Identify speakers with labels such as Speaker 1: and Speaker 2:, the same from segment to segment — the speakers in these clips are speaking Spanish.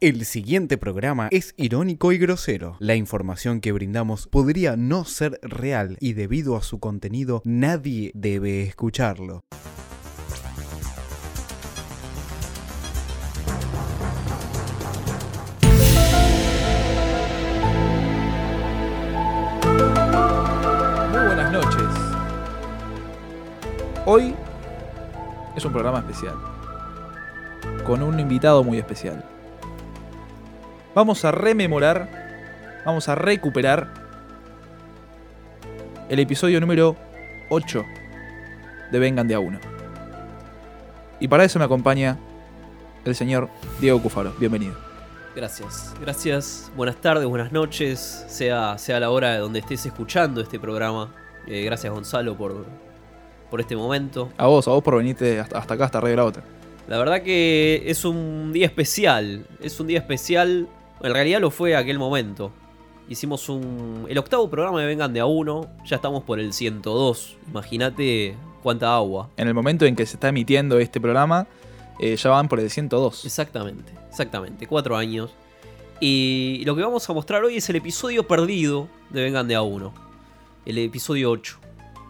Speaker 1: El siguiente programa es irónico y grosero. La información que brindamos podría no ser real y debido a su contenido nadie debe escucharlo.
Speaker 2: Muy buenas noches. Hoy es un programa especial. Con un invitado muy especial. Vamos a rememorar, vamos a recuperar el episodio número 8 de Vengan de a uno. Y para eso me acompaña el señor Diego Cufaro. Bienvenido.
Speaker 3: Gracias, gracias. Buenas tardes, buenas noches, sea, sea la hora de donde estés escuchando este programa. Eh, gracias Gonzalo por, por este momento.
Speaker 2: A vos, a vos por venirte hasta, hasta acá, hasta Radio La Otra.
Speaker 3: La verdad que es un día especial, es un día especial, en realidad lo fue aquel momento. Hicimos un, el octavo programa de Vengan de a uno, ya estamos por el 102, imagínate cuánta agua.
Speaker 2: En el momento en que se está emitiendo este programa, eh, ya van por el 102.
Speaker 3: Exactamente, exactamente, cuatro años. Y lo que vamos a mostrar hoy es el episodio perdido de Vengan de a uno, el episodio 8,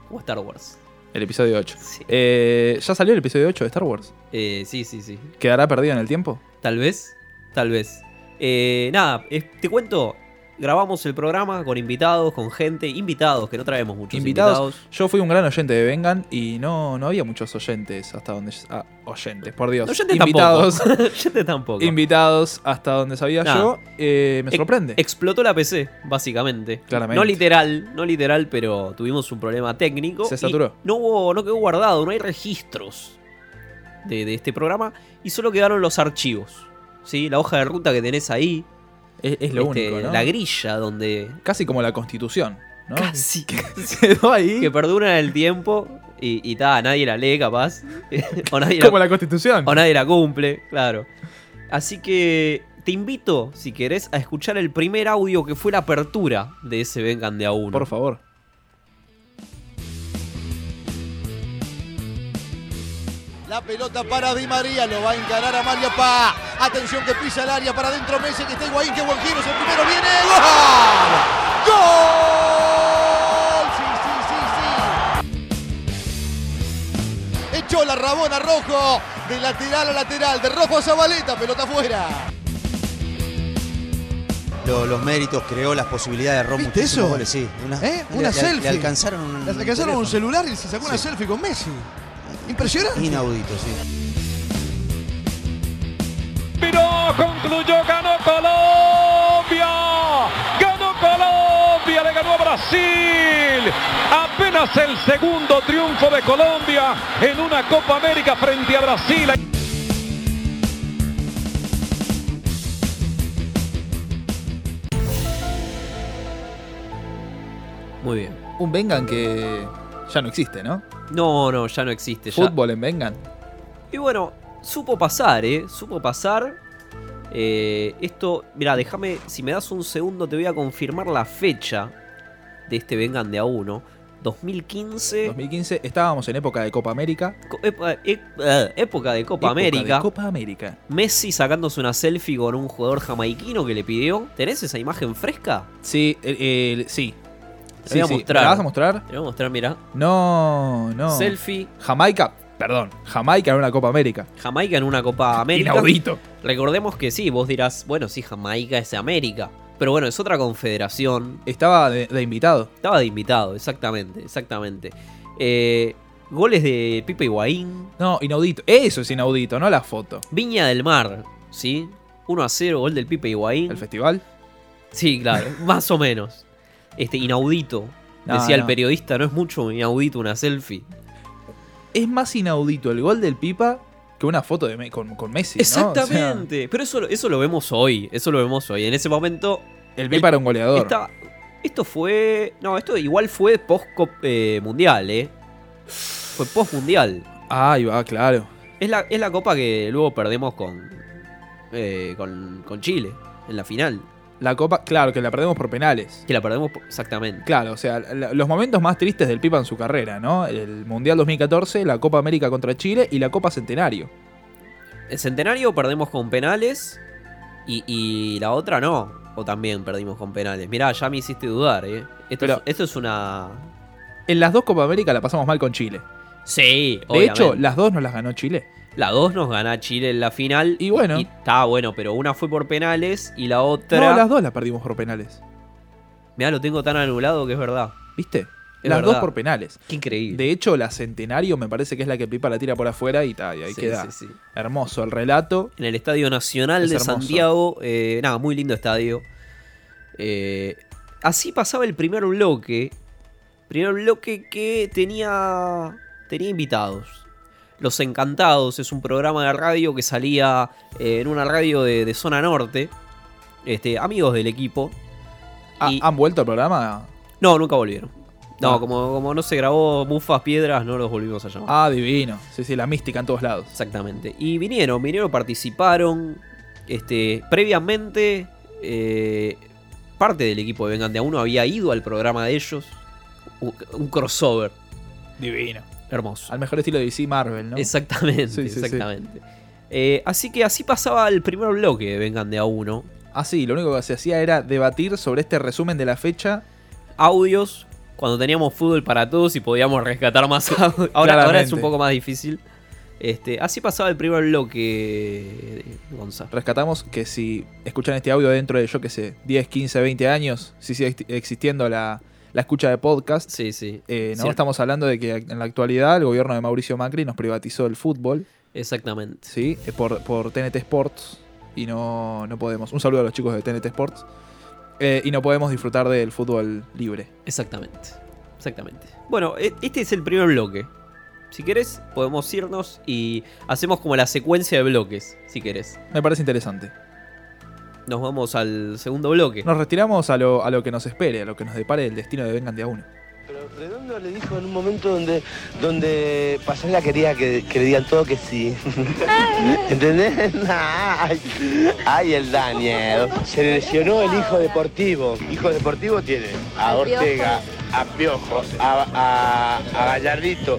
Speaker 3: como Star Wars.
Speaker 2: El episodio 8.
Speaker 3: Sí.
Speaker 2: Eh, ya salió el episodio 8 de Star Wars.
Speaker 3: Eh, sí, sí, sí.
Speaker 2: ¿Quedará perdido en el tiempo?
Speaker 3: Tal vez, tal vez. Eh, nada, eh, te cuento, grabamos el programa con invitados, con gente, invitados, que no traemos muchos
Speaker 2: Invitados.
Speaker 3: invitados.
Speaker 2: Yo fui un gran oyente de Vengan y no, no había muchos oyentes hasta donde. ah, oyentes, por Dios.
Speaker 3: No, gente
Speaker 2: invitados.
Speaker 3: tampoco. Gente tampoco.
Speaker 2: invitados hasta donde sabía
Speaker 3: Nada.
Speaker 2: yo. Eh, me
Speaker 3: Ex-
Speaker 2: sorprende.
Speaker 3: Explotó la PC, básicamente.
Speaker 2: Claramente.
Speaker 3: No literal, no literal, pero tuvimos un problema técnico.
Speaker 2: Se
Speaker 3: y
Speaker 2: saturó.
Speaker 3: No hubo, no quedó guardado, no hay registros de, de este programa y solo quedaron los archivos. ¿sí? La hoja de ruta que tenés ahí,
Speaker 2: es, es lo
Speaker 3: este,
Speaker 2: único, ¿no? Ah,
Speaker 3: la grilla donde
Speaker 2: Casi como la constitución, ¿no?
Speaker 3: casi
Speaker 2: Quedó ahí.
Speaker 3: que perdura en el tiempo y, y ta, nadie la lee capaz. o, nadie
Speaker 2: como
Speaker 3: la,
Speaker 2: la constitución.
Speaker 3: o nadie la cumple, claro. Así que te invito, si querés, a escuchar el primer audio que fue la apertura de ese Vengan de a uno.
Speaker 2: Por favor.
Speaker 4: La pelota para Di María, lo va a encarar a Mario Pa. Atención que pisa el área para adentro Messi, que está Higuaín, que buen giro, es el primero, viene. ¡Gol! ¡Gol! Sí, sí, sí, sí. Echó la Rabona Rojo, de lateral a lateral, de Rojo a Zabaleta, pelota afuera.
Speaker 5: Lo- los méritos, creó las posibilidades de Ron
Speaker 4: ¿Viste
Speaker 5: muchísimos
Speaker 4: eso?
Speaker 5: goles, sí. Una,
Speaker 4: ¿Eh? Una
Speaker 5: le- le-
Speaker 4: selfie.
Speaker 5: Le alcanzaron un,
Speaker 4: Le alcanzaron un
Speaker 5: teléfono.
Speaker 4: celular y se sacó una
Speaker 5: Sí.
Speaker 4: selfie con Messi. Impresionante.
Speaker 5: Inaudito, sí.
Speaker 6: Piró, concluyó, ganó Colombia. Ganó Colombia, le ganó a Brasil. Apenas el segundo triunfo de Colombia en una Copa América frente a Brasil.
Speaker 3: Muy bien.
Speaker 2: Un Vengan que ya no existe, ¿no?
Speaker 3: No, no, ya no existe. ya.
Speaker 2: Fútbol en Vengan.
Speaker 3: Y bueno, supo pasar, ¿eh? Supo pasar. Eh, esto, mira, déjame, si me das un segundo te voy a confirmar la fecha de este Vengan de a uno. 2015,
Speaker 2: 2015 estábamos en época de Copa América.
Speaker 3: co- epa- e- eh, época de Copa
Speaker 2: Época de
Speaker 3: América.
Speaker 2: Copa América.
Speaker 3: Messi sacándose una selfie con un jugador jamaiquino que le pidió. ¿Tenés esa imagen fresca?
Speaker 2: Sí, el- el- sí.
Speaker 3: Te voy a mostrar.
Speaker 2: ¿Me la vas a mostrar?
Speaker 3: Te voy a mostrar, mira.
Speaker 2: No, no.
Speaker 3: Selfie,
Speaker 2: Jamaica, perdón, Jamaica en una Copa América.
Speaker 3: Jamaica en una Copa América.
Speaker 2: Inaudito.
Speaker 3: Recordemos que sí, vos dirás, bueno, sí, Jamaica es América. Pero bueno, es otra confederación.
Speaker 2: Estaba de, de invitado.
Speaker 3: Estaba de invitado, exactamente, exactamente. Eh, goles de Pipe Higuaín.
Speaker 2: No, inaudito. Eso es inaudito, no la foto.
Speaker 3: Viña del Mar, ¿sí? 1 a 0, gol del Pipe Higuaín.
Speaker 2: El festival.
Speaker 3: Sí, claro, más o menos. Este, inaudito.
Speaker 2: No,
Speaker 3: Decía el
Speaker 2: no.
Speaker 3: periodista, no es mucho inaudito una selfie.
Speaker 2: Es más inaudito el gol del Pipa que una foto de Me- con, con Messi. ¿no? O sea,
Speaker 3: Exactamente. Pero eso, eso lo vemos hoy. Eso lo vemos hoy. En ese momento.
Speaker 2: el Pipa era un goleador.
Speaker 3: esta- esto fue. No, esto igual fue post-mundial, ¿eh? Fue post-mundial.
Speaker 2: Ahí va, claro.
Speaker 3: Es la, es la copa que luego perdemos con, eh, con. con Chile. En la final.
Speaker 2: La Copa, claro, que la perdemos por penales.
Speaker 3: Que la perdemos por- exactamente.
Speaker 2: Claro, o sea, la- los momentos más tristes del Pipa en su carrera, ¿no? El Mundial 2014, la Copa América contra Chile y la Copa Centenario.
Speaker 3: El centenario perdemos con penales. Y, y la otra no. O también perdimos con penales. Mirá, ya me hiciste dudar, ¿eh? Esto,
Speaker 2: Pero-
Speaker 3: es, esto es una.
Speaker 2: En las dos Copa América la pasamos mal con Chile.
Speaker 3: Sí,
Speaker 2: De hecho, las dos nos las ganó Chile.
Speaker 3: la 2 nos gana Chile en la final.
Speaker 2: Y bueno.
Speaker 3: Está bueno, pero una fue por penales y la otra.
Speaker 2: No, las dos las perdimos por penales.
Speaker 3: Mirá, lo tengo tan anulado que es verdad.
Speaker 2: ¿Viste?
Speaker 3: Es
Speaker 2: las dos
Speaker 3: verdad.
Speaker 2: por penales.
Speaker 3: Qué increíble.
Speaker 2: De hecho, la Centenario me parece que es la que Pipa la tira por afuera y, ta, y ahí
Speaker 3: Sí,
Speaker 2: queda.
Speaker 3: sí, sí.
Speaker 2: Hermoso el relato.
Speaker 3: en el Estadio Nacional
Speaker 2: Es
Speaker 3: de
Speaker 2: hermoso.
Speaker 3: Santiago. eh, nada, muy lindo estadio. Eh, así pasaba el primer bloque. Primer bloque que tenía, tenía invitados. Los Encantados es un programa de radio que salía eh, en una radio de, de zona norte. Este, amigos del equipo.
Speaker 2: Ah,
Speaker 3: Y-
Speaker 2: ¿Han vuelto al programa?
Speaker 3: No, nunca volvieron. No,
Speaker 2: Ah.
Speaker 3: como, como no se grabó Mufas Piedras, no los volvimos a llamar.
Speaker 2: Ah, divino. Sí, sí, la mística en todos lados.
Speaker 3: Exactamente. Y vinieron, vinieron, participaron. Este, previamente, eh, parte del equipo de Vengan de a uno había ido al programa de ellos. Un, un crossover
Speaker 2: Divino.
Speaker 3: hermoso.
Speaker 2: Al mejor estilo de DC Marvel, ¿no?
Speaker 3: Exactamente,
Speaker 2: Sí, sí, sí.
Speaker 3: exactamente. Eh, así que así pasaba el primer bloque de Vengan de a uno.
Speaker 2: Ah, sí, lo único que se hacía era debatir sobre este resumen de la fecha.
Speaker 3: Audios. Cuando teníamos fútbol para todos y podíamos rescatar más audios. ahora, ahora es
Speaker 2: Claramente.
Speaker 3: un poco más difícil. Este, así pasaba el primer bloque, Gonzalo.
Speaker 2: Rescatamos que si escuchan este audio dentro de, yo qué sé, 10, 15, 20 años, si sigue ex- existiendo la, la escucha de podcast,
Speaker 3: Sí, sí.
Speaker 2: eh, ¿no?
Speaker 3: Cier-
Speaker 2: estamos hablando de que en la actualidad el gobierno de Mauricio Macri nos privatizó el fútbol,
Speaker 3: Exactamente.
Speaker 2: ¿sí? Eh, Por, por TNT Sports y no, no podemos. Un saludo a los chicos de TNT Sports. Eh, y no podemos disfrutar del fútbol libre.
Speaker 3: Exactamente. Exactamente. Bueno, e- este es el primer bloque. Si querés, podemos irnos y hacemos como la secuencia de bloques, si querés.
Speaker 2: Me parece interesante.
Speaker 3: Nos vamos al segundo bloque.
Speaker 2: Nos retiramos a lo, a lo que nos espere, a lo que nos depare el destino de Vengan de a uno.
Speaker 7: Pero Redondo le dijo en un momento donde, donde Pasarela quería que, que le digan todo que sí. ¿Entendés? Ay, ay, el Daniel. Se lesionó el hijo deportivo. Hijo deportivo tiene a Ortega, a Piojos, a, a, a Gallardito,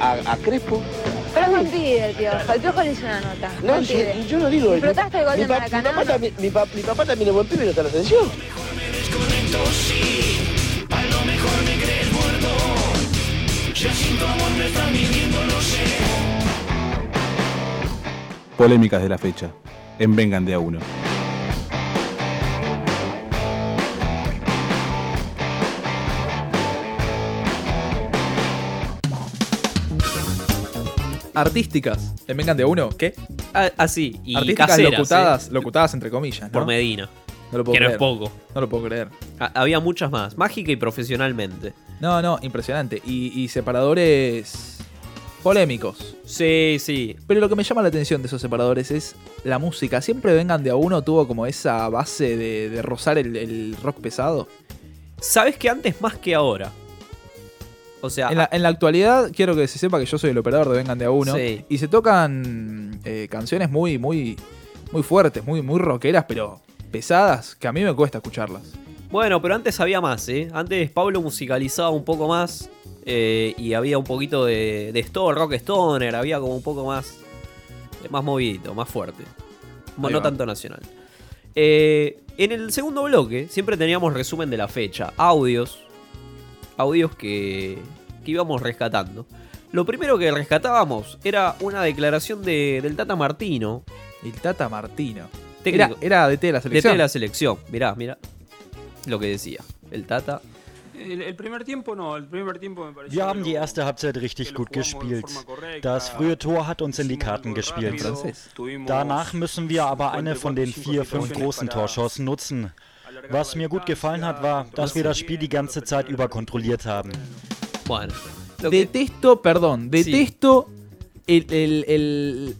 Speaker 7: a, a Crespo.
Speaker 8: Pero es mentira, el piojo. El piojo le hizo una nota.
Speaker 7: No, si-
Speaker 8: mentira.
Speaker 7: yo no digo
Speaker 8: Disfrutaste el gol
Speaker 7: mi,
Speaker 8: de
Speaker 7: pa- mi
Speaker 8: Maracaná,
Speaker 7: papá
Speaker 8: ¿no?
Speaker 7: también, mi, pa- mi papá también es buen pibe y no está en la selección.
Speaker 9: Polémicas de la fecha. En Vengan de a uno.
Speaker 2: Artísticas. En Vengan de a uno, ¿qué?
Speaker 3: Ah, ah, sí, y
Speaker 2: Artísticas
Speaker 3: caseras, ¿eh?
Speaker 2: locutadas, locutadas entre comillas, ¿no?
Speaker 3: por Medina,
Speaker 2: No lo puedo
Speaker 3: que no
Speaker 2: creer.
Speaker 3: es poco.
Speaker 2: No lo puedo creer.
Speaker 3: Ha- había muchas más, mágica y profesionalmente.
Speaker 2: No, no, impresionante. Y, y separadores polémicos.
Speaker 3: Sí, sí,
Speaker 2: Pero lo que me llama la atención de esos separadores es la música. Siempre Vengan de a uno tuvo como esa base de, de rozar el, el rock pesado.
Speaker 3: Sabes que antes más que ahora. O sea,
Speaker 2: En la, en la actualidad, quiero que se sepa que yo soy el operador de Vengan de a uno.
Speaker 3: Sí.
Speaker 2: Y se tocan eh, canciones muy, muy, muy fuertes, muy, muy rockeras, pero pesadas, que a mí me cuesta escucharlas.
Speaker 3: bueno, pero antes había más, ¿eh? Antes Pablo musicalizaba un poco más eh, y había un poquito de, de Stone, rock stoner, había como un poco más, eh, más movidito, más fuerte. Mo-
Speaker 2: Ahí
Speaker 3: No
Speaker 2: va.
Speaker 3: tanto nacional. Eh, en el segundo bloque siempre teníamos resumen de la fecha, audios, audios que, que íbamos rescatando. Lo primero que rescatábamos era una declaración de- del Tata Martino.
Speaker 2: El Tata Martino. Era,
Speaker 3: técnico-
Speaker 2: era DT de la
Speaker 3: DT
Speaker 2: selección.
Speaker 3: de la selección. Mirá, mirá. Lo que decía. El Tata.
Speaker 10: El, el primer tiempo no, el primer tiempo me pareció.
Speaker 11: Wir
Speaker 10: que
Speaker 11: haben die
Speaker 10: lo-
Speaker 11: erste Halbzeit richtig
Speaker 10: que lo
Speaker 11: gut
Speaker 10: jugamos de
Speaker 11: gespielt.
Speaker 10: forma correcta,
Speaker 11: Das frühe Tor hat uns in die
Speaker 10: hicimos
Speaker 11: Karten
Speaker 10: gol
Speaker 11: gespielt.
Speaker 10: rápido,
Speaker 2: Entonces,
Speaker 10: tuvimos-
Speaker 11: Danach müssen wir aber eine von den vier, fünf großen
Speaker 10: para
Speaker 11: Torchancen nutzen.
Speaker 10: alargar
Speaker 11: Was
Speaker 10: la
Speaker 11: mir gut gefallen
Speaker 10: distancia,
Speaker 11: hat, war, dass wir das Spiel die ganze Zeit über kontrolliert haben.
Speaker 3: Bueno. Lo que-
Speaker 2: Detesto, perdón,
Speaker 3: Sí.
Speaker 2: detesto el- el- el-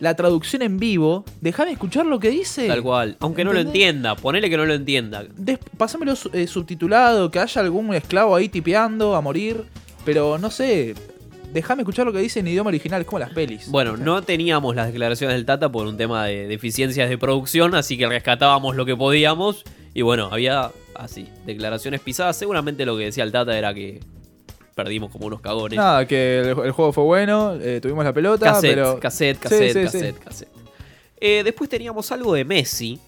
Speaker 2: la traducción en vivo. Déjame escuchar lo que dice.
Speaker 3: tal cual. Aunque no lo
Speaker 2: ¿Entendés?
Speaker 3: entienda. Ponele que no lo entienda.
Speaker 2: Des- pásamelo su- eh, subtitulado, que haya algún esclavo ahí tipeando a morir. Pero no sé, déjame escuchar lo que dice en idioma original, como las pelis.
Speaker 3: Bueno, no teníamos las declaraciones del Tata por un tema de deficiencias de producción, así que rescatábamos lo que podíamos. Y bueno, había así, declaraciones pisadas. Seguramente lo que decía el Tata era que perdimos como unos cagones.
Speaker 2: Nada, que el, el juego fue bueno, eh, tuvimos la pelota,
Speaker 3: cassette,
Speaker 2: pero.
Speaker 3: cassette,
Speaker 2: Sí,
Speaker 3: cassette,
Speaker 2: sí, sí.
Speaker 3: cassette, cassette. Eh, después teníamos algo de Messi.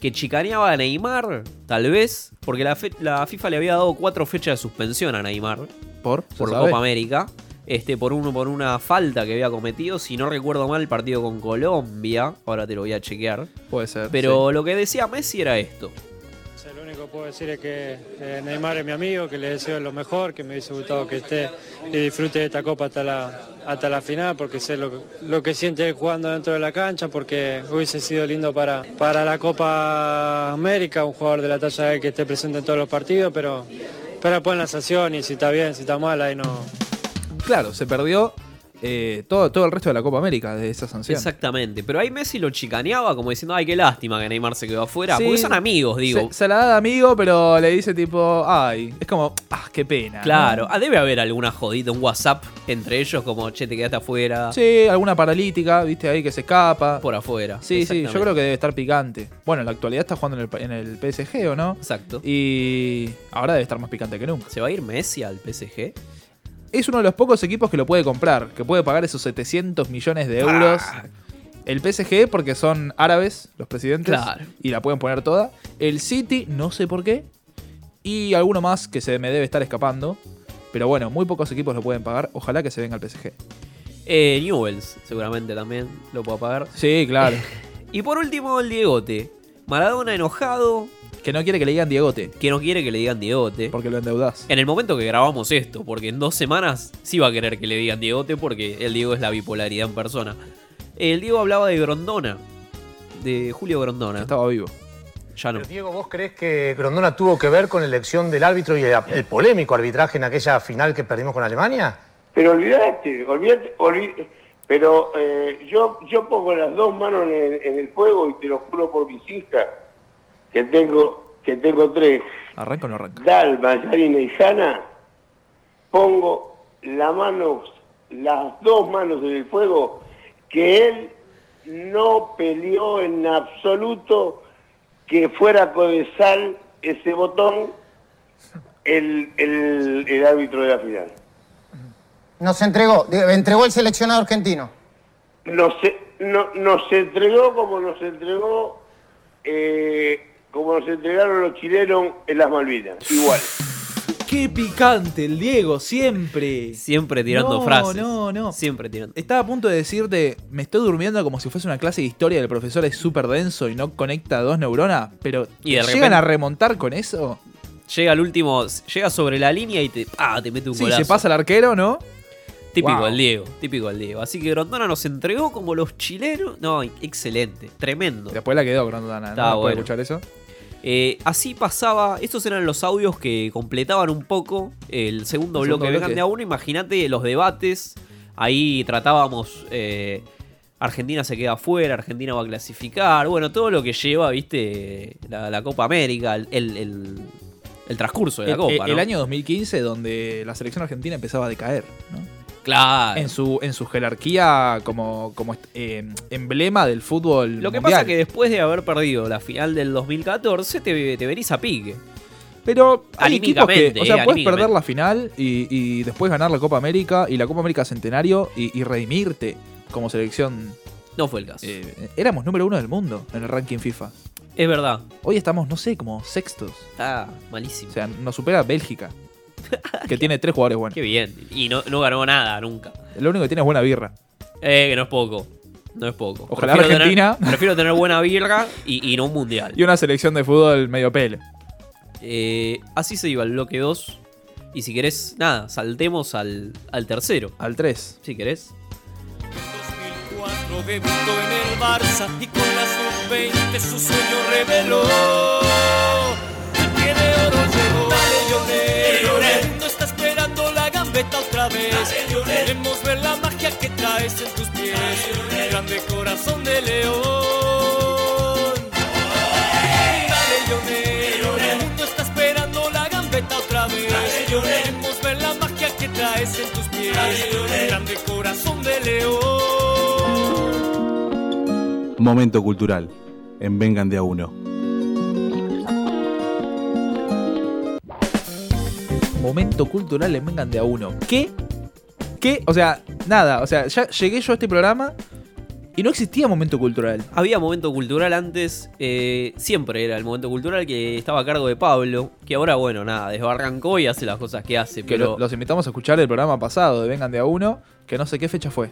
Speaker 3: que chicaneaba a Neymar, tal vez, porque la, fe- la FIFA le había dado cuatro fechas de suspensión a Neymar
Speaker 2: ¿Por?
Speaker 3: por
Speaker 2: ¿Se sabe?
Speaker 3: Copa América. Este, por, uno, por una falta que había cometido, si no recuerdo mal, el partido con Colombia. Ahora te lo voy a chequear.
Speaker 2: Puede ser.
Speaker 3: Pero lo que decía Messi era esto.
Speaker 12: O sea, lo único que puedo decir es que eh, Neymar es mi amigo, que le deseo lo mejor, que me hubiese gustado que esté y disfrute de esta copa hasta la, hasta la final, porque sé lo, lo que siente él jugando dentro de la cancha, porque hubiese sido lindo para, para la Copa América, un jugador de la talla de él que esté presente en todos los partidos, pero, pero pon la sanción y si está bien, si está mal, ahí no,
Speaker 2: Claro, se perdió eh, todo, todo el resto de la Copa América de esa sanción.
Speaker 3: Exactamente. Pero ahí Messi lo chicaneaba como diciendo, ay, qué lástima que Neymar se quedó afuera.
Speaker 2: Sí.
Speaker 3: Porque son amigos, digo.
Speaker 2: Se, se la da de amigo, pero le dice tipo, ay, es como, ah, qué pena.
Speaker 3: Claro. Ah, debe haber alguna jodita, un WhatsApp entre ellos como, che, te quedaste afuera.
Speaker 2: ¿no? Sí, alguna paralítica, viste ahí que se escapa.
Speaker 3: Por afuera.
Speaker 2: Sí, sí, yo
Speaker 3: Exactamente.
Speaker 2: creo que debe estar picante. Bueno, en la actualidad está jugando en el, pa- en el PSG, ¿o no?
Speaker 3: Exacto.
Speaker 2: Y ahora debe estar más picante que nunca.
Speaker 3: ¿Se va a ir Messi al PSG?
Speaker 2: Es uno de los pocos equipos que lo puede comprar, que puede pagar esos 700 millones de euros. El PSG, porque son árabes los presidentes
Speaker 3: Claro.
Speaker 2: y la pueden poner toda. El City, no sé por qué. Y alguno más que se me debe estar escapando. Pero bueno, muy pocos equipos lo pueden pagar. Ojalá que se venga al PSG.
Speaker 3: Eh, Newells, seguramente también lo puedo pagar.
Speaker 2: Sí, claro.
Speaker 3: Y por último, el Diegote. Maradona enojado.
Speaker 2: Que no quiere que le digan Diegote.
Speaker 3: Que no quiere que le digan Diegote.
Speaker 2: Porque lo endeudás.
Speaker 3: En el momento que grabamos esto, porque en dos semanas sí va a querer que le digan Diegote, porque el Diego es la bipolaridad en persona. El Diego hablaba de Grondona. De Julio Grondona.
Speaker 2: Estaba vivo.
Speaker 3: Ya no.
Speaker 13: Diego, ¿vos crees que Grondona tuvo que ver con la elección del árbitro y el, el polémico arbitraje en aquella final que perdimos con Alemania?
Speaker 14: Pero olvidate, olvidate, olvi- pero eh, yo, yo pongo las dos manos en el, en el fuego y te lo juro por mis hijas, que tengo, que tengo tres,
Speaker 2: ¿Arranca o no arranca?
Speaker 14: Dalma, Yarina y Jana, pongo la mano, las dos manos en el fuego, que él no peleó en absoluto que fuera Codesal ese botón el- el- el árbitro de la final.
Speaker 15: Nos entregó, digo, entregó el seleccionado argentino.
Speaker 14: nos, no, nos entregó como nos entregó eh, como nos entregaron los chilenos en las Malvinas, igual.
Speaker 2: ¡Qué picante el Diego! Siempre.
Speaker 3: Siempre tirando
Speaker 2: No,
Speaker 3: frases.
Speaker 2: no, no.
Speaker 3: Siempre tirando.
Speaker 2: Estaba a punto de decirte, me estoy durmiendo como si fuese una clase de historia, el profesor es súper denso y no conecta dos neuronas, pero
Speaker 3: Y
Speaker 2: ¿te
Speaker 3: de
Speaker 2: llegan
Speaker 3: repente-
Speaker 2: a remontar con eso.
Speaker 3: Llega el último, llega sobre la línea y te, ah, te mete un
Speaker 2: Sí,
Speaker 3: golazo.
Speaker 2: se pasa el arquero, ¿no?
Speaker 3: Típico
Speaker 2: Wow.
Speaker 3: el Diego, típico el Diego. Así que Grondona nos entregó como los chilenos. No, excelente, tremendo.
Speaker 2: Después la quedó Grondona, ¿no?
Speaker 3: Está
Speaker 2: ¿Puedo
Speaker 3: bueno.
Speaker 2: escuchar eso?
Speaker 3: Eh, así pasaba, estos eran los audios que completaban un poco el segundo
Speaker 2: El segundo
Speaker 3: bloque de
Speaker 2: bloque.
Speaker 3: Vengan de a uno. Imagínate los debates, ahí tratábamos eh, Argentina se queda afuera, Argentina va a clasificar, bueno, todo lo que lleva, viste, la, la Copa América, el, el- el- el transcurso de la
Speaker 2: El- eh,
Speaker 3: Copa.
Speaker 2: el,
Speaker 3: ¿no?
Speaker 2: año 2015, donde la selección argentina empezaba a decaer, ¿no?
Speaker 3: Claro.
Speaker 2: En su, en su jerarquía como, como eh, emblema del fútbol.
Speaker 3: Lo que
Speaker 2: mundial.
Speaker 3: pasa es que después de haber perdido la final del 2014, te, te venís a pique.
Speaker 2: Pero hay equipos que,
Speaker 3: Anímicamente,
Speaker 2: o sea,
Speaker 3: eh,
Speaker 2: puedes perder
Speaker 3: anímicamente.
Speaker 2: la final y, y después ganar la Copa América y la Copa América Centenario y, y redimirte como selección.
Speaker 3: No fue el caso.
Speaker 2: Eh, Éramos número uno del mundo en el ranking FIFA.
Speaker 3: Es verdad.
Speaker 2: Hoy estamos, no sé, como sextos.
Speaker 3: Está malísimo.
Speaker 2: O sea, nos supera Bélgica, que tiene tres jugadores buenos.
Speaker 3: Qué bien. Y no, no ganó nada nunca.
Speaker 2: Lo único que tiene es buena birra.
Speaker 3: Eh, que no es poco. No es poco.
Speaker 2: Ojalá
Speaker 3: Prefiero
Speaker 2: Argentina-
Speaker 3: Tener, prefiero tener buena birra y, y no un mundial.
Speaker 2: Y una selección de fútbol medio pele.
Speaker 3: Eh, así se iba el bloque 2. Y si querés, nada, saltemos al, al tercero.
Speaker 2: Al 3.
Speaker 3: Si querés.
Speaker 16: Lo debutó en el Barça y con la sub-20 su sueño reveló. Al pie de oro llegó. Dale, Lionel. No está esperando la gambeta otra vez. Queremos ver la magia que traes en tus pies. Grande corazón de león. Dale, Lionel. El mundo está esperando la gambeta otra vez. Queremos ver la magia que traes en tus pies. Grande corazón de león.
Speaker 9: Momento cultural. En Vengan de a uno.
Speaker 2: Momento cultural en Vengan de a uno. ¿Qué? ¿Qué? O sea, nada. O sea, ya llegué yo a este programa Y no existía momento cultural.
Speaker 3: Había momento cultural antes, eh, siempre era el momento cultural que estaba a cargo de Pablo, que ahora, bueno, nada, desbarrancó y hace las cosas que hace,
Speaker 2: Que lo-
Speaker 3: pero
Speaker 2: los invitamos a escuchar el programa pasado de Vengan de a uno, que no sé qué fecha fue.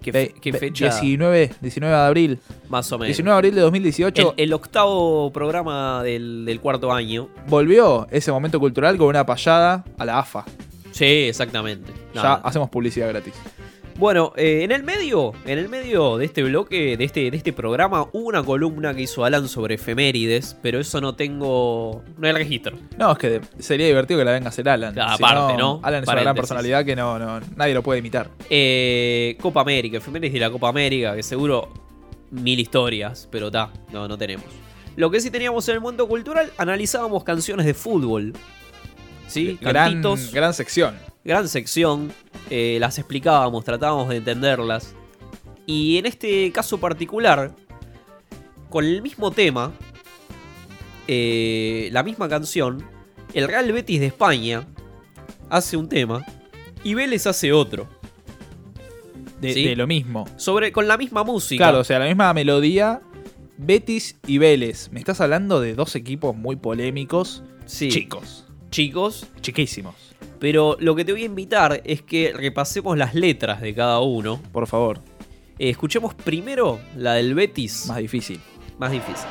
Speaker 3: ¿qué,
Speaker 2: Ve-
Speaker 3: fe- qué
Speaker 2: ve-
Speaker 3: fecha?
Speaker 2: 19, 19 de abril.
Speaker 3: Más o menos.
Speaker 2: 19 de abril de 2018
Speaker 3: El, el octavo programa del, del cuarto año.
Speaker 2: volvió ese momento cultural con una payada a la AFA.
Speaker 3: Sí, exactamente.
Speaker 2: Ya
Speaker 3: Nada.
Speaker 2: hacemos publicidad gratis.
Speaker 3: Bueno, eh, en el medio, en el medio de este bloque, de este, de este programa, hubo una columna que hizo Alan sobre efemérides, pero eso no tengo. no hay registro.
Speaker 2: No, es que sería divertido que la venga a hacer Alan.
Speaker 3: Ah,
Speaker 2: Si
Speaker 3: aparte, ¿no?
Speaker 2: Alan es una gran
Speaker 3: Paréntesis.
Speaker 2: personalidad que no, no, nadie lo puede imitar.
Speaker 3: Eh, Copa América, efemérides de la Copa América, que seguro mil historias, pero ta, no, no tenemos. Lo que sí teníamos en el mundo cultural, analizábamos canciones de fútbol. ¿Sí?
Speaker 2: Gran,
Speaker 3: Cantitos.
Speaker 2: gran sección.
Speaker 3: gran sección, eh, las explicábamos, tratábamos de entenderlas. Y en este caso particular, con el mismo tema, eh, la misma canción, el Real Betis de España hace un tema y Vélez hace otro.
Speaker 2: De,
Speaker 3: Sí.
Speaker 2: de lo mismo.
Speaker 3: Sobre, con la misma música.
Speaker 2: Claro, o sea, la misma melodía. Betis y Vélez. Me estás hablando de dos equipos muy polémicos.
Speaker 3: Sí.
Speaker 2: Chicos.
Speaker 3: Chicos.
Speaker 2: Chiquísimos.
Speaker 3: Pero lo que te voy a invitar es que repasemos las letras de cada uno.
Speaker 2: Por favor.
Speaker 3: Eh, escuchemos primero la del Betis. Más
Speaker 2: difícil.
Speaker 3: Más difícil.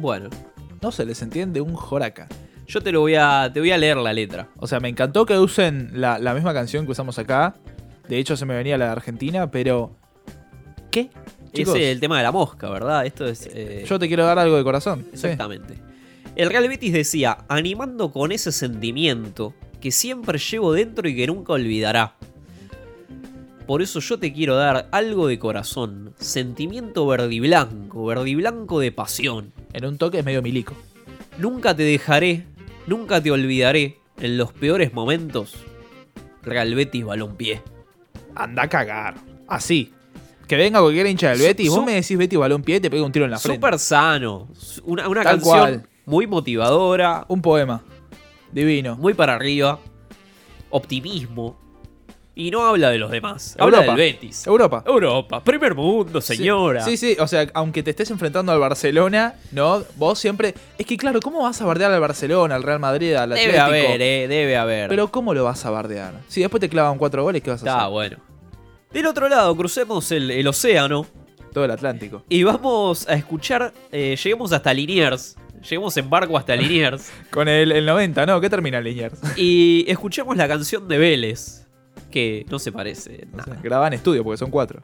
Speaker 3: Bueno.
Speaker 2: No se les entiende un joraca.
Speaker 3: Yo te lo voy a. te voy a leer la letra.
Speaker 2: O sea, me encantó que usen la, la misma canción que usamos acá. De hecho, se me venía la de Argentina, pero. ¿Qué? Chicos,
Speaker 3: Ese es el tema de la mosca, ¿verdad? Esto es. eh,
Speaker 2: yo te quiero dar algo de corazón. Sí.
Speaker 3: Exactamente. El Real Betis decía, animando con ese sentimiento que siempre llevo dentro y que nunca olvidará. Por eso yo te quiero dar algo de corazón, sentimiento verde y blanco, verde y blanco de pasión.
Speaker 2: En un toque es medio milico.
Speaker 3: Nunca te dejaré, nunca te olvidaré en los peores momentos. Real Betis Balompié.
Speaker 2: Anda a cagar. Así. Que venga cualquier hincha del Betis.
Speaker 3: Su-
Speaker 2: Vos me decís Betis balompié y te pego un tiro en la frente.
Speaker 3: Súper sano. Su- Una, una
Speaker 2: Tal
Speaker 3: canción
Speaker 2: cual.
Speaker 3: muy motivadora.
Speaker 2: Un poema. Divino.
Speaker 3: Muy para arriba. Optimismo. Y no habla de los demás. Habla del
Speaker 2: Europa.
Speaker 3: Betis.
Speaker 2: Europa.
Speaker 3: Europa. Primer mundo, señora.
Speaker 2: Sí, sí, o sea, aunque te estés enfrentando al Barcelona, ¿no? Vos siempre. Es que, claro, ¿cómo vas a bardear al Barcelona, al Real Madrid, al
Speaker 3: Debe
Speaker 2: Atlético?
Speaker 3: haber, eh, debe haber.
Speaker 2: Pero, ¿cómo lo vas a bardear? Si después te clavan cuatro goles, ¿qué vas a
Speaker 3: Está
Speaker 2: hacer?
Speaker 3: bueno. Del otro lado, crucemos el, el océano.
Speaker 2: Todo el Atlántico.
Speaker 3: Y vamos a escuchar. eh, lleguemos hasta Liniers. Lleguemos en barco hasta Liniers.
Speaker 2: Con el, el 90, ¿no? ¿Qué termina Liniers?
Speaker 3: y escuchemos la canción de Vélez. Que no se parece. nada.
Speaker 2: Graban estudio porque son cuatro.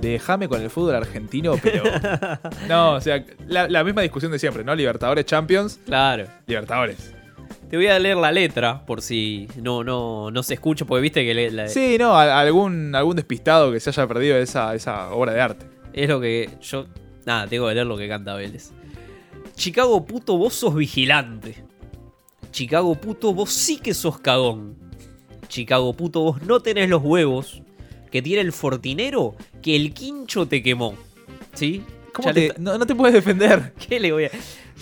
Speaker 2: Déjame con el fútbol argentino, pero. no, o sea, la, la misma discusión de siempre, ¿no? Libertadores Champions,
Speaker 3: Claro.
Speaker 2: Libertadores.
Speaker 3: Te voy a leer la letra por si no, no, no se escucha, porque viste que le- la-
Speaker 2: Sí, no, a- algún, algún despistado que se haya perdido esa, esa obra de arte.
Speaker 3: es lo que yo... Nada, tengo que leer lo que canta Vélez. Chicago puto, vos sos vigilante. Chicago puto, vos sí que sos cagón. Chicago puto, vos no tenés los huevos que tiene el fortinero que el quincho te quemó. ¿Sí?
Speaker 2: ¿Cómo
Speaker 3: Ya le
Speaker 2: te-
Speaker 3: está-
Speaker 2: no, no te puedes defender.
Speaker 3: ¿Qué le voy a...?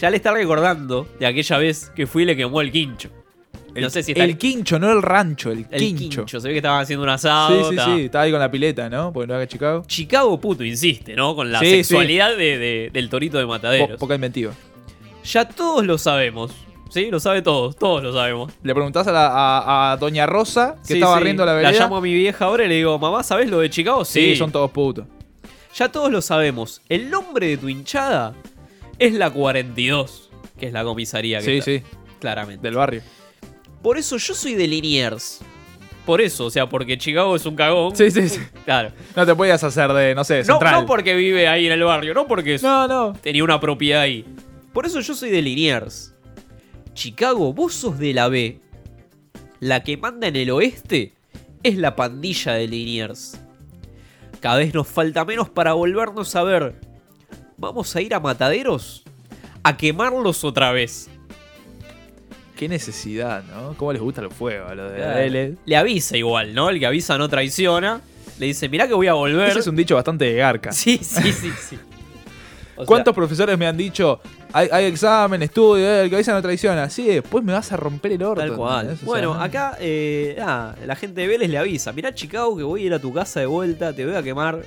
Speaker 3: Ya le está recordando de aquella vez que fui y le quemó el quincho.
Speaker 2: El,
Speaker 3: No sé si está-
Speaker 2: el quincho, no el rancho, el,
Speaker 3: El
Speaker 2: quincho.
Speaker 3: quincho. Se ve que estaban haciendo un
Speaker 2: Sí,
Speaker 3: asado.
Speaker 2: sí,
Speaker 3: estaba-
Speaker 2: sí, estaba ahí con la pileta, ¿no? Porque no haga Chicago.
Speaker 3: Chicago puto, insiste, ¿no? Con la
Speaker 2: Sí,
Speaker 3: sexualidad de- de- del torito de
Speaker 2: Po-
Speaker 3: mataderos.
Speaker 2: poca inventiva.
Speaker 3: Ya todos lo sabemos. ¿Sí? Lo sabe todos, todos lo sabemos.
Speaker 2: Le preguntás a, la- a- a Doña Rosa, que
Speaker 3: Sí,
Speaker 2: estaba
Speaker 3: sí,
Speaker 2: riendo la
Speaker 3: La
Speaker 2: vereda.
Speaker 3: llamo a mi vieja ahora y le digo, mamá, ¿sabés lo de Chicago?
Speaker 2: sí,
Speaker 3: Sí.
Speaker 2: son todos putos.
Speaker 3: Ya todos lo sabemos. El nombre de tu hinchada es la 42, que es la comisaría que
Speaker 2: Sí,
Speaker 3: está,
Speaker 2: sí.
Speaker 3: Claramente.
Speaker 2: Del barrio.
Speaker 3: Por eso yo soy de Liniers. Por eso, o sea, porque Chicago es un cagón.
Speaker 2: Sí, sí, sí.
Speaker 3: Claro.
Speaker 2: No te podías hacer de, no sé,
Speaker 3: No,
Speaker 2: central.
Speaker 3: no porque vive ahí en el barrio, no porque
Speaker 2: No, no.
Speaker 3: tenía una propiedad ahí. Por eso yo soy de Liniers. Chicago, vos sos de la B. La que manda en el oeste es la pandilla de Liniers. Cada vez nos falta menos para volvernos a ver. ¿Vamos a ir a mataderos? A quemarlos otra vez.
Speaker 2: Qué necesidad, ¿no? ¿Cómo les gusta los fuegos a los de la L?
Speaker 3: Le avisa igual, ¿no? El que avisa no traiciona. Le dice, mirá que voy a volver.
Speaker 2: Ese es un dicho bastante de garca.
Speaker 3: Sí, sí, sí, sí. O sea,
Speaker 2: ¿Cuántos profesores me han dicho, hay, hay examen, estudio, eh, el que avisa no traiciona? Sí, después me vas a romper el orto.
Speaker 3: Tal cual.
Speaker 2: ¿entendés? O
Speaker 3: Bueno,
Speaker 2: sea,
Speaker 3: acá eh, nada, la gente de Vélez le avisa. Mirá, Chicago, que voy a ir a tu casa de vuelta, te voy a quemar.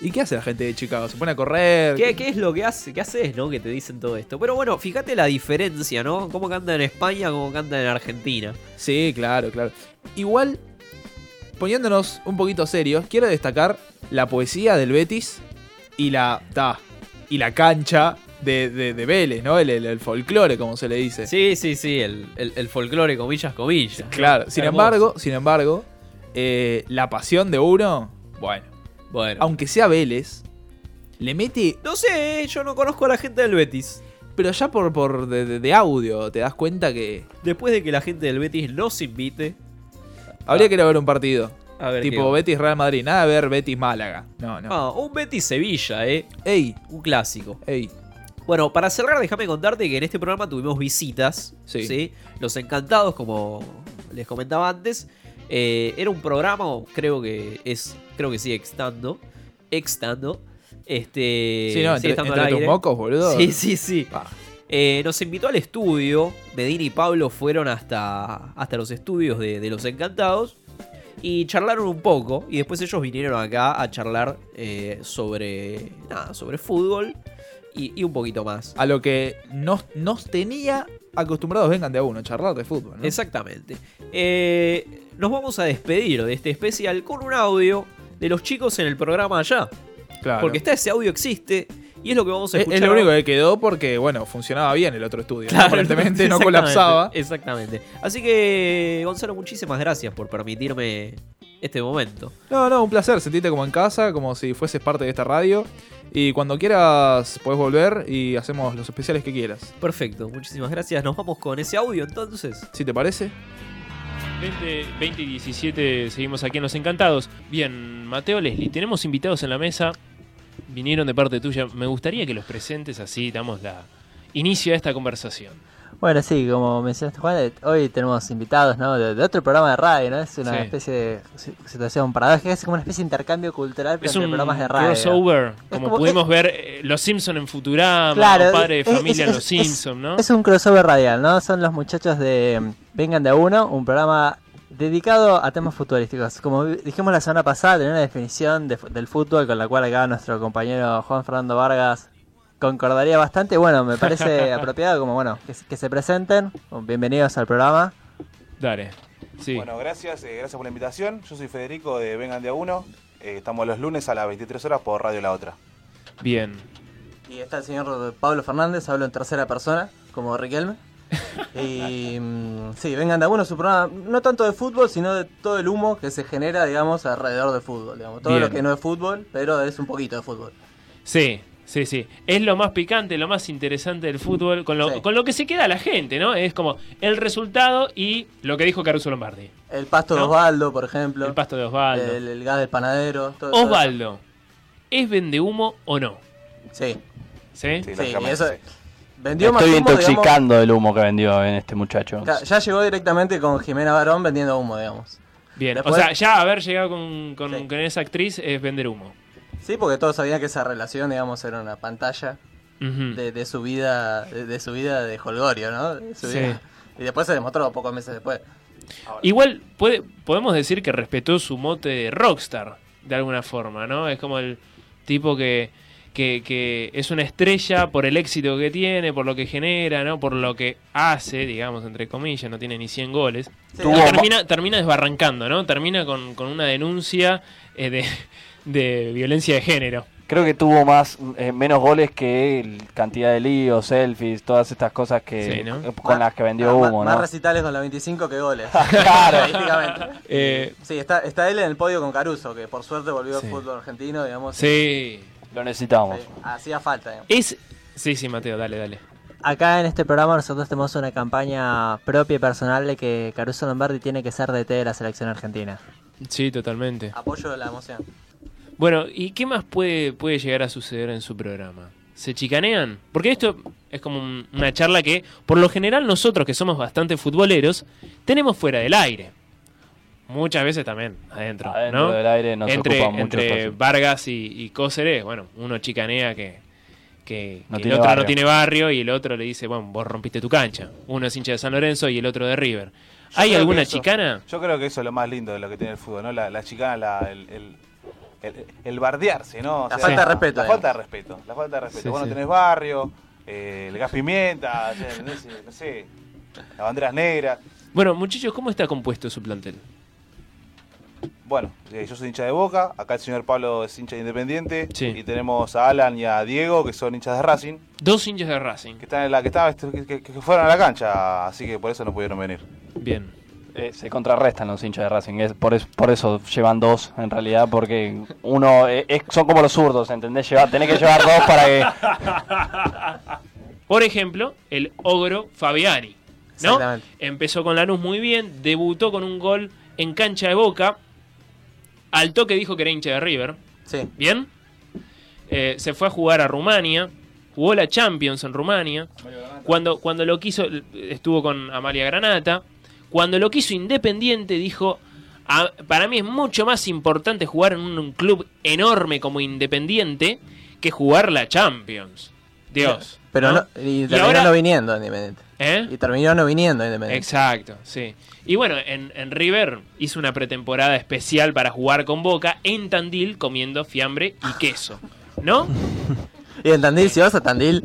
Speaker 2: ¿Y qué hace la gente de Chicago? ¿Se pone a correr?
Speaker 3: ¿Qué, qué es lo que hace? ¿Qué haces, no? Que te dicen todo esto. Pero bueno, fíjate la diferencia, ¿no? Cómo canta en España, cómo canta en Argentina.
Speaker 2: Sí, claro, claro. Igual, poniéndonos un poquito serios, quiero destacar la poesía del Betis y la, ta, y la cancha de, de- de Vélez, ¿no? El, el- el folclore, como se le dice.
Speaker 3: Sí, sí, sí, el, el- el folclore, comillas, comillas.
Speaker 2: Claro, sin
Speaker 3: Hermoso.
Speaker 2: embargo, sin embargo, eh, la pasión de uno, bueno,
Speaker 3: Bueno.
Speaker 2: aunque sea Vélez, le mete,
Speaker 3: No sé, yo no conozco a la gente del Betis.
Speaker 2: pero ya por, por de, de- de audio, te das cuenta que
Speaker 3: Después de que la gente del Betis nos invite.
Speaker 2: habría que ir a ver un partido.
Speaker 3: A Ah. ver,
Speaker 2: tipo
Speaker 3: ¿qué?
Speaker 2: Betis Real Madrid, nada de ver Betis Málaga. No, no.
Speaker 3: Ah, un Betis Sevilla, ¿eh?
Speaker 2: Ey,
Speaker 3: Un clásico.
Speaker 2: ey.
Speaker 3: Bueno, para cerrar, déjame contarte que en este programa tuvimos visitas.
Speaker 2: Sí.
Speaker 3: Sí. Los Encantados, como les comentaba antes. eh, era un programa, o creo que es. Creo que sigue estando. Extando. Este.
Speaker 2: Sí, no,
Speaker 3: sigue
Speaker 2: entre,
Speaker 3: estando
Speaker 2: entre
Speaker 3: al
Speaker 2: tus
Speaker 3: aire.
Speaker 2: mocos, boludo. Ah,
Speaker 3: Sí, sí, sí.
Speaker 2: Pa.
Speaker 3: Eh, nos invitó al estudio. Medina y Pablo fueron hasta, hasta los estudios de, de Los Encantados. Y charlaron un poco. Y después ellos vinieron acá a charlar eh, sobre. Nada, sobre fútbol. Y, y un poquito más.
Speaker 2: A lo que nos, nos tenía acostumbrados, vengan de a uno, charlar de fútbol. ¿no?
Speaker 3: Exactamente. Eh, nos vamos a despedir de este especial con un audio de los chicos en el programa allá.
Speaker 2: Claro.
Speaker 3: Porque está ese audio, existe. Y es lo que vamos a
Speaker 2: es,
Speaker 3: escuchar.
Speaker 2: es lo único
Speaker 3: ahora.
Speaker 2: que quedó porque, bueno, funcionaba bien el otro estudio. ¿no?
Speaker 3: Claro,
Speaker 2: Aparentemente no
Speaker 3: exactamente,
Speaker 2: colapsaba.
Speaker 3: Exactamente. Así que, Gonzalo, muchísimas gracias por permitirme este momento.
Speaker 2: No, no, un placer. Sentiste como en casa, como si fueses parte de esta radio. Y cuando quieras, puedes volver y hacemos los especiales que quieras.
Speaker 3: Perfecto, muchísimas gracias. Nos vamos con ese audio entonces.
Speaker 2: ¿Sí te parece?
Speaker 17: 20, 20 y 17 seguimos aquí en Los Encantados. Bien, Mateo Leslie, tenemos invitados en la mesa. Vinieron de parte tuya. Me gustaría que los presentes así, damos la inicio a esta conversación.
Speaker 18: Bueno, sí, como mencionaste Juan, eh, hoy tenemos invitados ¿no? de, de otro programa de radio, ¿no? Es una
Speaker 17: Sí.
Speaker 18: especie de si- situación paradójica, es como una especie de intercambio cultural pero
Speaker 17: Es
Speaker 18: entre
Speaker 17: un
Speaker 18: programas de radio.
Speaker 17: crossover, como,
Speaker 18: como-
Speaker 17: pudimos ver eh, Los Simpson en Futurama,
Speaker 18: Claro,
Speaker 17: o Padre de
Speaker 18: es- es-
Speaker 17: Familia en
Speaker 18: es-
Speaker 17: Los
Speaker 18: es-
Speaker 17: Simpson, ¿no?
Speaker 18: Es un crossover radial, ¿no? Son los muchachos de mm, Vengan de a Uno, un programa dedicado a temas futurísticos. Como vi- dijimos la semana pasada, tenía una definición de fu- del fútbol con la cual acá nuestro compañero Juan Fernando Vargas concordaría bastante. Bueno, me parece apropiado como, bueno, que, se- que se presenten. Bienvenidos al programa.
Speaker 17: Dale. Sí.
Speaker 19: Bueno, gracias, eh, gracias por la invitación. Yo soy Federico de Vengan de a Uno. Eh, estamos los lunes a las 23 horas por Radio La Otra.
Speaker 17: Bien.
Speaker 18: Y está el señor Pablo Fernández, hablo en tercera persona, como Riquelme. Y mm, sí, vengan de a uno su programa, no tanto de fútbol, sino de todo el humo que se genera, digamos, alrededor de fútbol. Digamos. Todo lo
Speaker 17: Bien.
Speaker 18: que no es fútbol, pero es un poquito de fútbol.
Speaker 17: Sí, sí, sí. Es lo más picante, lo más interesante del fútbol, con lo, con lo que se queda la gente, ¿no? Es como el resultado y lo que dijo Caruso Lombardi.
Speaker 18: El pasto de
Speaker 17: ¿No?
Speaker 18: Osvaldo, por ejemplo. El
Speaker 17: pasto de
Speaker 3: Eh,
Speaker 17: Osvaldo.
Speaker 18: El, el gas del panadero. todo- todo eso.
Speaker 17: Osvaldo, ¿es vende humo o no?
Speaker 18: Sí.
Speaker 17: ¿Sí?
Speaker 18: Sí, eso- vendió más
Speaker 20: Estoy
Speaker 18: humo, digamos,
Speaker 20: intoxicando el humo que vendió en este muchacho.
Speaker 18: ca- ya llegó directamente con Jimena Barón vendiendo humo, digamos.
Speaker 17: Bien,
Speaker 18: Después-
Speaker 17: o sea, ya haber llegado con, con- con esa actriz es vender humo.
Speaker 18: Sí, porque todos sabían que esa relación, digamos, era una pantalla
Speaker 17: Ujú.
Speaker 18: de, de su vida, de, de su vida de jolgorio, ¿no? De su
Speaker 17: Sí.
Speaker 18: vida
Speaker 3: Y después se demostró pocos meses después.
Speaker 17: Igual puede, podemos decir que respetó su mote de rockstar, de alguna forma, ¿no? Es como el tipo que, que, que es una estrella por el éxito que tiene, por lo que genera, ¿no? Por lo que hace, digamos, entre comillas, no tiene ni 100 goles. Y
Speaker 18: Tuvo-
Speaker 17: termina, termina desbarrancando, ¿no? Termina con, con una denuncia eh, de, de violencia de género.
Speaker 18: Creo que tuvo más eh, menos goles que el- cantidad de líos, selfies, todas estas cosas que
Speaker 17: Sí, ¿no?
Speaker 18: eh, con las que vendió humo,
Speaker 3: Ah, Más
Speaker 18: ¿no?
Speaker 3: recitales con los 25 que goles. claro. Estadísticamente.
Speaker 17: Eh,
Speaker 3: Sí, está, está él en el podio con Caruso, que por suerte volvió
Speaker 17: Sí.
Speaker 3: al fútbol argentino, digamos. este,
Speaker 17: sí.
Speaker 18: Lo necesitamos.
Speaker 3: Hacía falta, digamos.
Speaker 17: Es... Sí, sí, Mateo, dale, dale.
Speaker 3: Acá en este programa nosotros tenemos una campaña propia y personal de que Caruso Lombardi tiene que ser DT de la selección argentina.
Speaker 17: Sí, totalmente.
Speaker 3: Apoyo la emoción.
Speaker 17: Bueno, ¿y qué más puede, puede llegar a suceder en su programa? ¿Se chicanean? Porque esto es como un- una charla que, por lo general, nosotros que somos bastante futboleros, tenemos fuera del aire. Muchas veces también adentro.
Speaker 18: Adentro
Speaker 17: ¿no?
Speaker 18: del aire nos
Speaker 17: entre,
Speaker 18: ocupa mucho
Speaker 17: entre
Speaker 18: espacio.
Speaker 17: Vargas y, y Cóceres, bueno, uno chicanea que, que, que
Speaker 18: No
Speaker 17: el
Speaker 18: tiene
Speaker 17: otro
Speaker 18: barrio.
Speaker 17: no tiene barrio y el otro le dice, bueno, vos rompiste tu cancha. Uno es hincha de San Lorenzo y el otro de River.
Speaker 21: Yo
Speaker 17: ¿Hay
Speaker 21: creo que
Speaker 17: alguna
Speaker 21: eso-
Speaker 17: chicana?
Speaker 21: Yo creo que eso es lo más lindo de lo que tiene el fútbol, ¿no? La, la chicana, la- el, el, el- el bardearse, ¿no? O
Speaker 3: La falta de respeto,
Speaker 21: La
Speaker 3: digamos.
Speaker 21: falta de respeto, la falta de respeto.
Speaker 3: Sí,
Speaker 21: Vos
Speaker 3: sí.
Speaker 21: no tenés barrio, eh, el gas pimienta, o sea, no sé, no sé, las banderas negras.
Speaker 17: Bueno, muchachos, ¿cómo está compuesto su plantel?
Speaker 21: Bueno, eh, yo soy hincha de Boca, acá el señor Pablo es hincha de Independiente
Speaker 17: Sí.
Speaker 21: y tenemos a Alan y a Diego que son hinchas de Racing,
Speaker 17: Dos hinchas de Racing.
Speaker 21: que están en la que, estaban- que, que- que fueron a la cancha, así que por eso no pudieron venir.
Speaker 17: Bien.
Speaker 18: Eh, se contrarrestan los hinchas de Racing, es por, es- por eso llevan dos en realidad, porque uno eh, es- son como los zurdos, ¿entendés? Lleva, tenés que llevar dos para que...
Speaker 17: Por ejemplo, el ogro Fabiani. ¿no?
Speaker 3: Exactamente.
Speaker 17: Empezó con Lanús muy bien, debutó con un gol en cancha de boca. Al toque dijo que era hincha de River.
Speaker 3: Sí.
Speaker 17: ¿Bien? Eh, se fue a jugar a Rumania. Jugó la Champions en Rumania. Cuando, cuando lo quiso, estuvo con Amalia Granata. Cuando lo quiso Independiente, dijo: "A- Para mí es mucho más importante jugar en un club enorme como Independiente que jugar la Champions. Dios.
Speaker 3: Pero
Speaker 17: ¿no?
Speaker 3: no- y
Speaker 17: Y
Speaker 3: terminó
Speaker 17: ahora-
Speaker 3: no viniendo Independiente.
Speaker 17: ¿Eh?
Speaker 3: Y terminó no viniendo Independiente.
Speaker 17: Exacto, sí. Y bueno, en, en River hizo una pretemporada especial para jugar con Boca en Tandil comiendo fiambre y queso. ¿No?
Speaker 3: Y en Tandil, si vas a Tandil,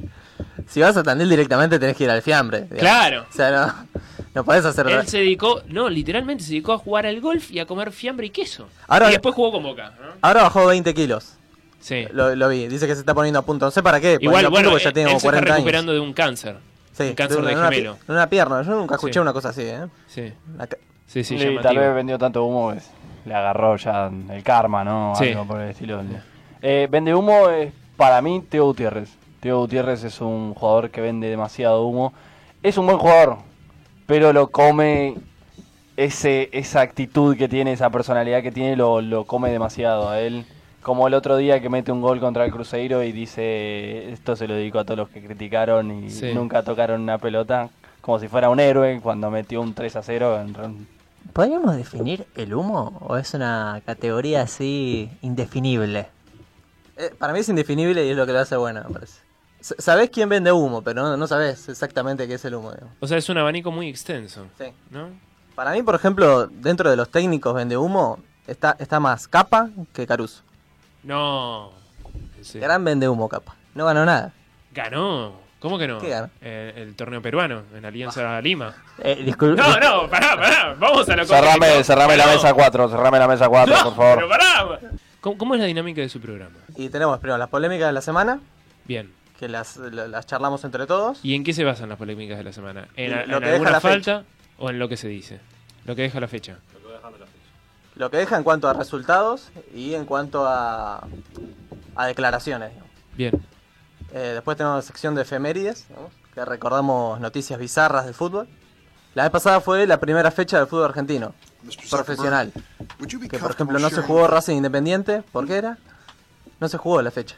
Speaker 3: si vas a Tandil directamente tenés que ir al fiambre. digamos.
Speaker 17: Claro.
Speaker 3: O sea, no, no podés hacer
Speaker 17: Él se dedicó, no, literalmente se dedicó a jugar al golf y a comer fiambre y queso.
Speaker 3: Ahora-
Speaker 17: y después jugó con Boca. ¿no?
Speaker 3: Ahora bajó 20 kilos.
Speaker 17: Sí.
Speaker 3: Lo, lo vi. Dice que se está poniendo a punto. No sé para qué.
Speaker 17: Igual,
Speaker 3: poniendo a
Speaker 17: bueno,
Speaker 3: punto porque ya tiene
Speaker 17: él
Speaker 3: como
Speaker 17: se está
Speaker 3: 40 años.
Speaker 17: recuperando de un cáncer.
Speaker 3: Sí,
Speaker 17: un cáncer
Speaker 3: una-
Speaker 17: de
Speaker 3: una pi-
Speaker 17: gemelo.
Speaker 3: una pierna. Yo nunca escuché
Speaker 17: Sí.
Speaker 3: una cosa así, ¿eh?
Speaker 17: Sí.
Speaker 3: Acá-
Speaker 17: Sí, sí,
Speaker 18: Y
Speaker 17: llamativo.
Speaker 18: tal vez vendió tanto humo que le agarró ya el karma, ¿no?
Speaker 17: Sí.
Speaker 18: Algo por el estilo. Eh, vende humo es para mí Teo Gutiérrez. Teo Gutiérrez es un jugador que vende demasiado humo. Es un buen jugador, pero lo come ese, esa actitud que tiene, esa personalidad que tiene, lo, lo come demasiado a él. Como el otro día que mete un gol contra el Cruzeiro y dice, esto se lo dedico a todos los que criticaron y
Speaker 17: Sí.
Speaker 18: nunca tocaron una pelota, como si fuera un héroe cuando metió un 3 a 0 en un
Speaker 3: ¿Podríamos definir el humo o es una categoría así indefinible? Eh, para mí es indefinible y es lo que lo hace bueno, me parece. S- Sabés quién vende humo, pero no, no sabés exactamente qué es el humo. digamos.
Speaker 17: O sea, es un abanico muy extenso.
Speaker 3: Sí.
Speaker 17: ¿No?
Speaker 3: Para mí, por ejemplo, dentro de los técnicos vende humo, está, está más Capa que Caruso.
Speaker 17: No. Sí.
Speaker 3: Gran vende humo, Capa. No ganó nada.
Speaker 17: Ganó. ¿Cómo que no?
Speaker 3: ¿Qué ganó?
Speaker 17: Eh, el torneo peruano, en Alianza Lima.
Speaker 3: Eh, discul-
Speaker 17: No, no, pará, pará. Vamos a lo
Speaker 18: Cerrame,
Speaker 17: concreto.
Speaker 18: cerrame la
Speaker 17: No.
Speaker 18: mesa 4, cerrame la mesa 4, por favor.
Speaker 17: Pero pará. ¿Cómo, cómo es la dinámica de su programa?
Speaker 3: Y tenemos primero las polémicas de la semana,
Speaker 17: Bien.
Speaker 3: que las, la- las charlamos entre todos.
Speaker 17: ¿Y en qué se basan las polémicas de la semana? ¿En,
Speaker 3: Lo
Speaker 17: en
Speaker 3: que deja
Speaker 17: alguna
Speaker 3: la
Speaker 17: falta o en lo que se dice? Lo que deja la fecha.
Speaker 3: Lo que deja en cuanto a resultados y en cuanto a, a declaraciones. digamos.
Speaker 17: Bien.
Speaker 3: Eh, después tenemos la sección de efemérides, digamos, que recordamos noticias bizarras del fútbol. La vez pasada fue la primera fecha del fútbol argentino, profesional. Que por ejemplo no se jugó Racing Independiente, ¿por qué era? No se jugó la fecha.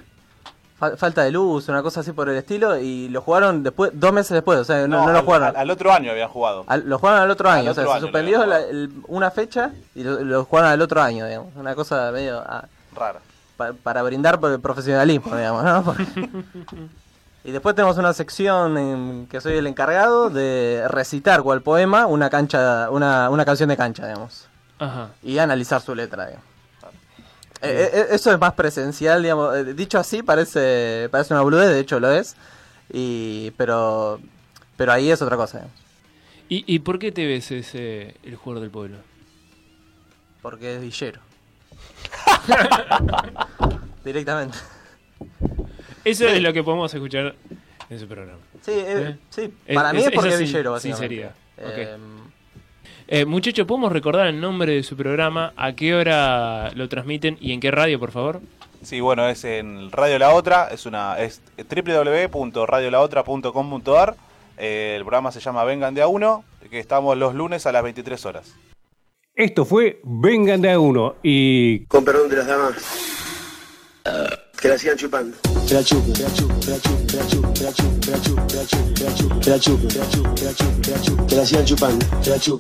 Speaker 3: Fal- falta de luz, una cosa así por el estilo, y lo jugaron después, dos meses después, o sea, no, no lo
Speaker 21: al-
Speaker 3: jugaron.
Speaker 21: Al, al otro año habían jugado.
Speaker 3: Al- lo jugaron al otro
Speaker 21: Al
Speaker 3: año,
Speaker 21: otro
Speaker 3: o sea,
Speaker 21: año
Speaker 3: se
Speaker 21: lo
Speaker 3: suspendió
Speaker 21: habían
Speaker 3: la- el- una fecha y lo, lo jugaron al otro año, digamos. Una cosa medio ah,
Speaker 21: Rara.
Speaker 3: pa- para brindar por el profesionalismo, digamos, ¿no? Porque-
Speaker 18: Y después tenemos una sección en que soy el encargado de recitar cual poema una cancha, una, una canción de cancha, digamos.
Speaker 17: Ajá. Ah.
Speaker 18: Y analizar su letra, digamos. Eh, eh, eso es más presencial, digamos. Eh, Dicho así parece, parece una boludez, de hecho lo es. Y, pero, pero ahí es otra cosa, digamos.
Speaker 17: ¿Y, y por qué te ves ese, el jugador del pueblo?
Speaker 18: Porque es villero. Directamente.
Speaker 17: Eso es lo que podemos escuchar en su programa.
Speaker 18: Sí, eh, sí,
Speaker 17: Eh,
Speaker 18: para mí es
Speaker 17: esa
Speaker 18: porque es
Speaker 17: sin-
Speaker 18: villero, básicamente.
Speaker 17: Sinceridad.
Speaker 18: Eh,
Speaker 17: Eh, muchachos, ¿podemos recordar el nombre de su programa? ¿A qué hora lo transmiten y en qué radio, por favor?
Speaker 5: Sí, bueno, es en Radio La Otra, es una es www.radiolaotra.com.ar. Eh, el programa se llama Vengan de a uno, que estamos los lunes a las 23 horas.
Speaker 14: Esto fue Vengan de a uno y.
Speaker 22: Con perdón de las damas. Que la sigan chupando.
Speaker 14: Te la chupo, te la chupo, te la chupo, te la chupo, te la chupo, te la chupo, te la chupo, te la chupo, te la chupo, te la chupo, te la chupo, te la chupo, te la sigan chupando, te la chupo.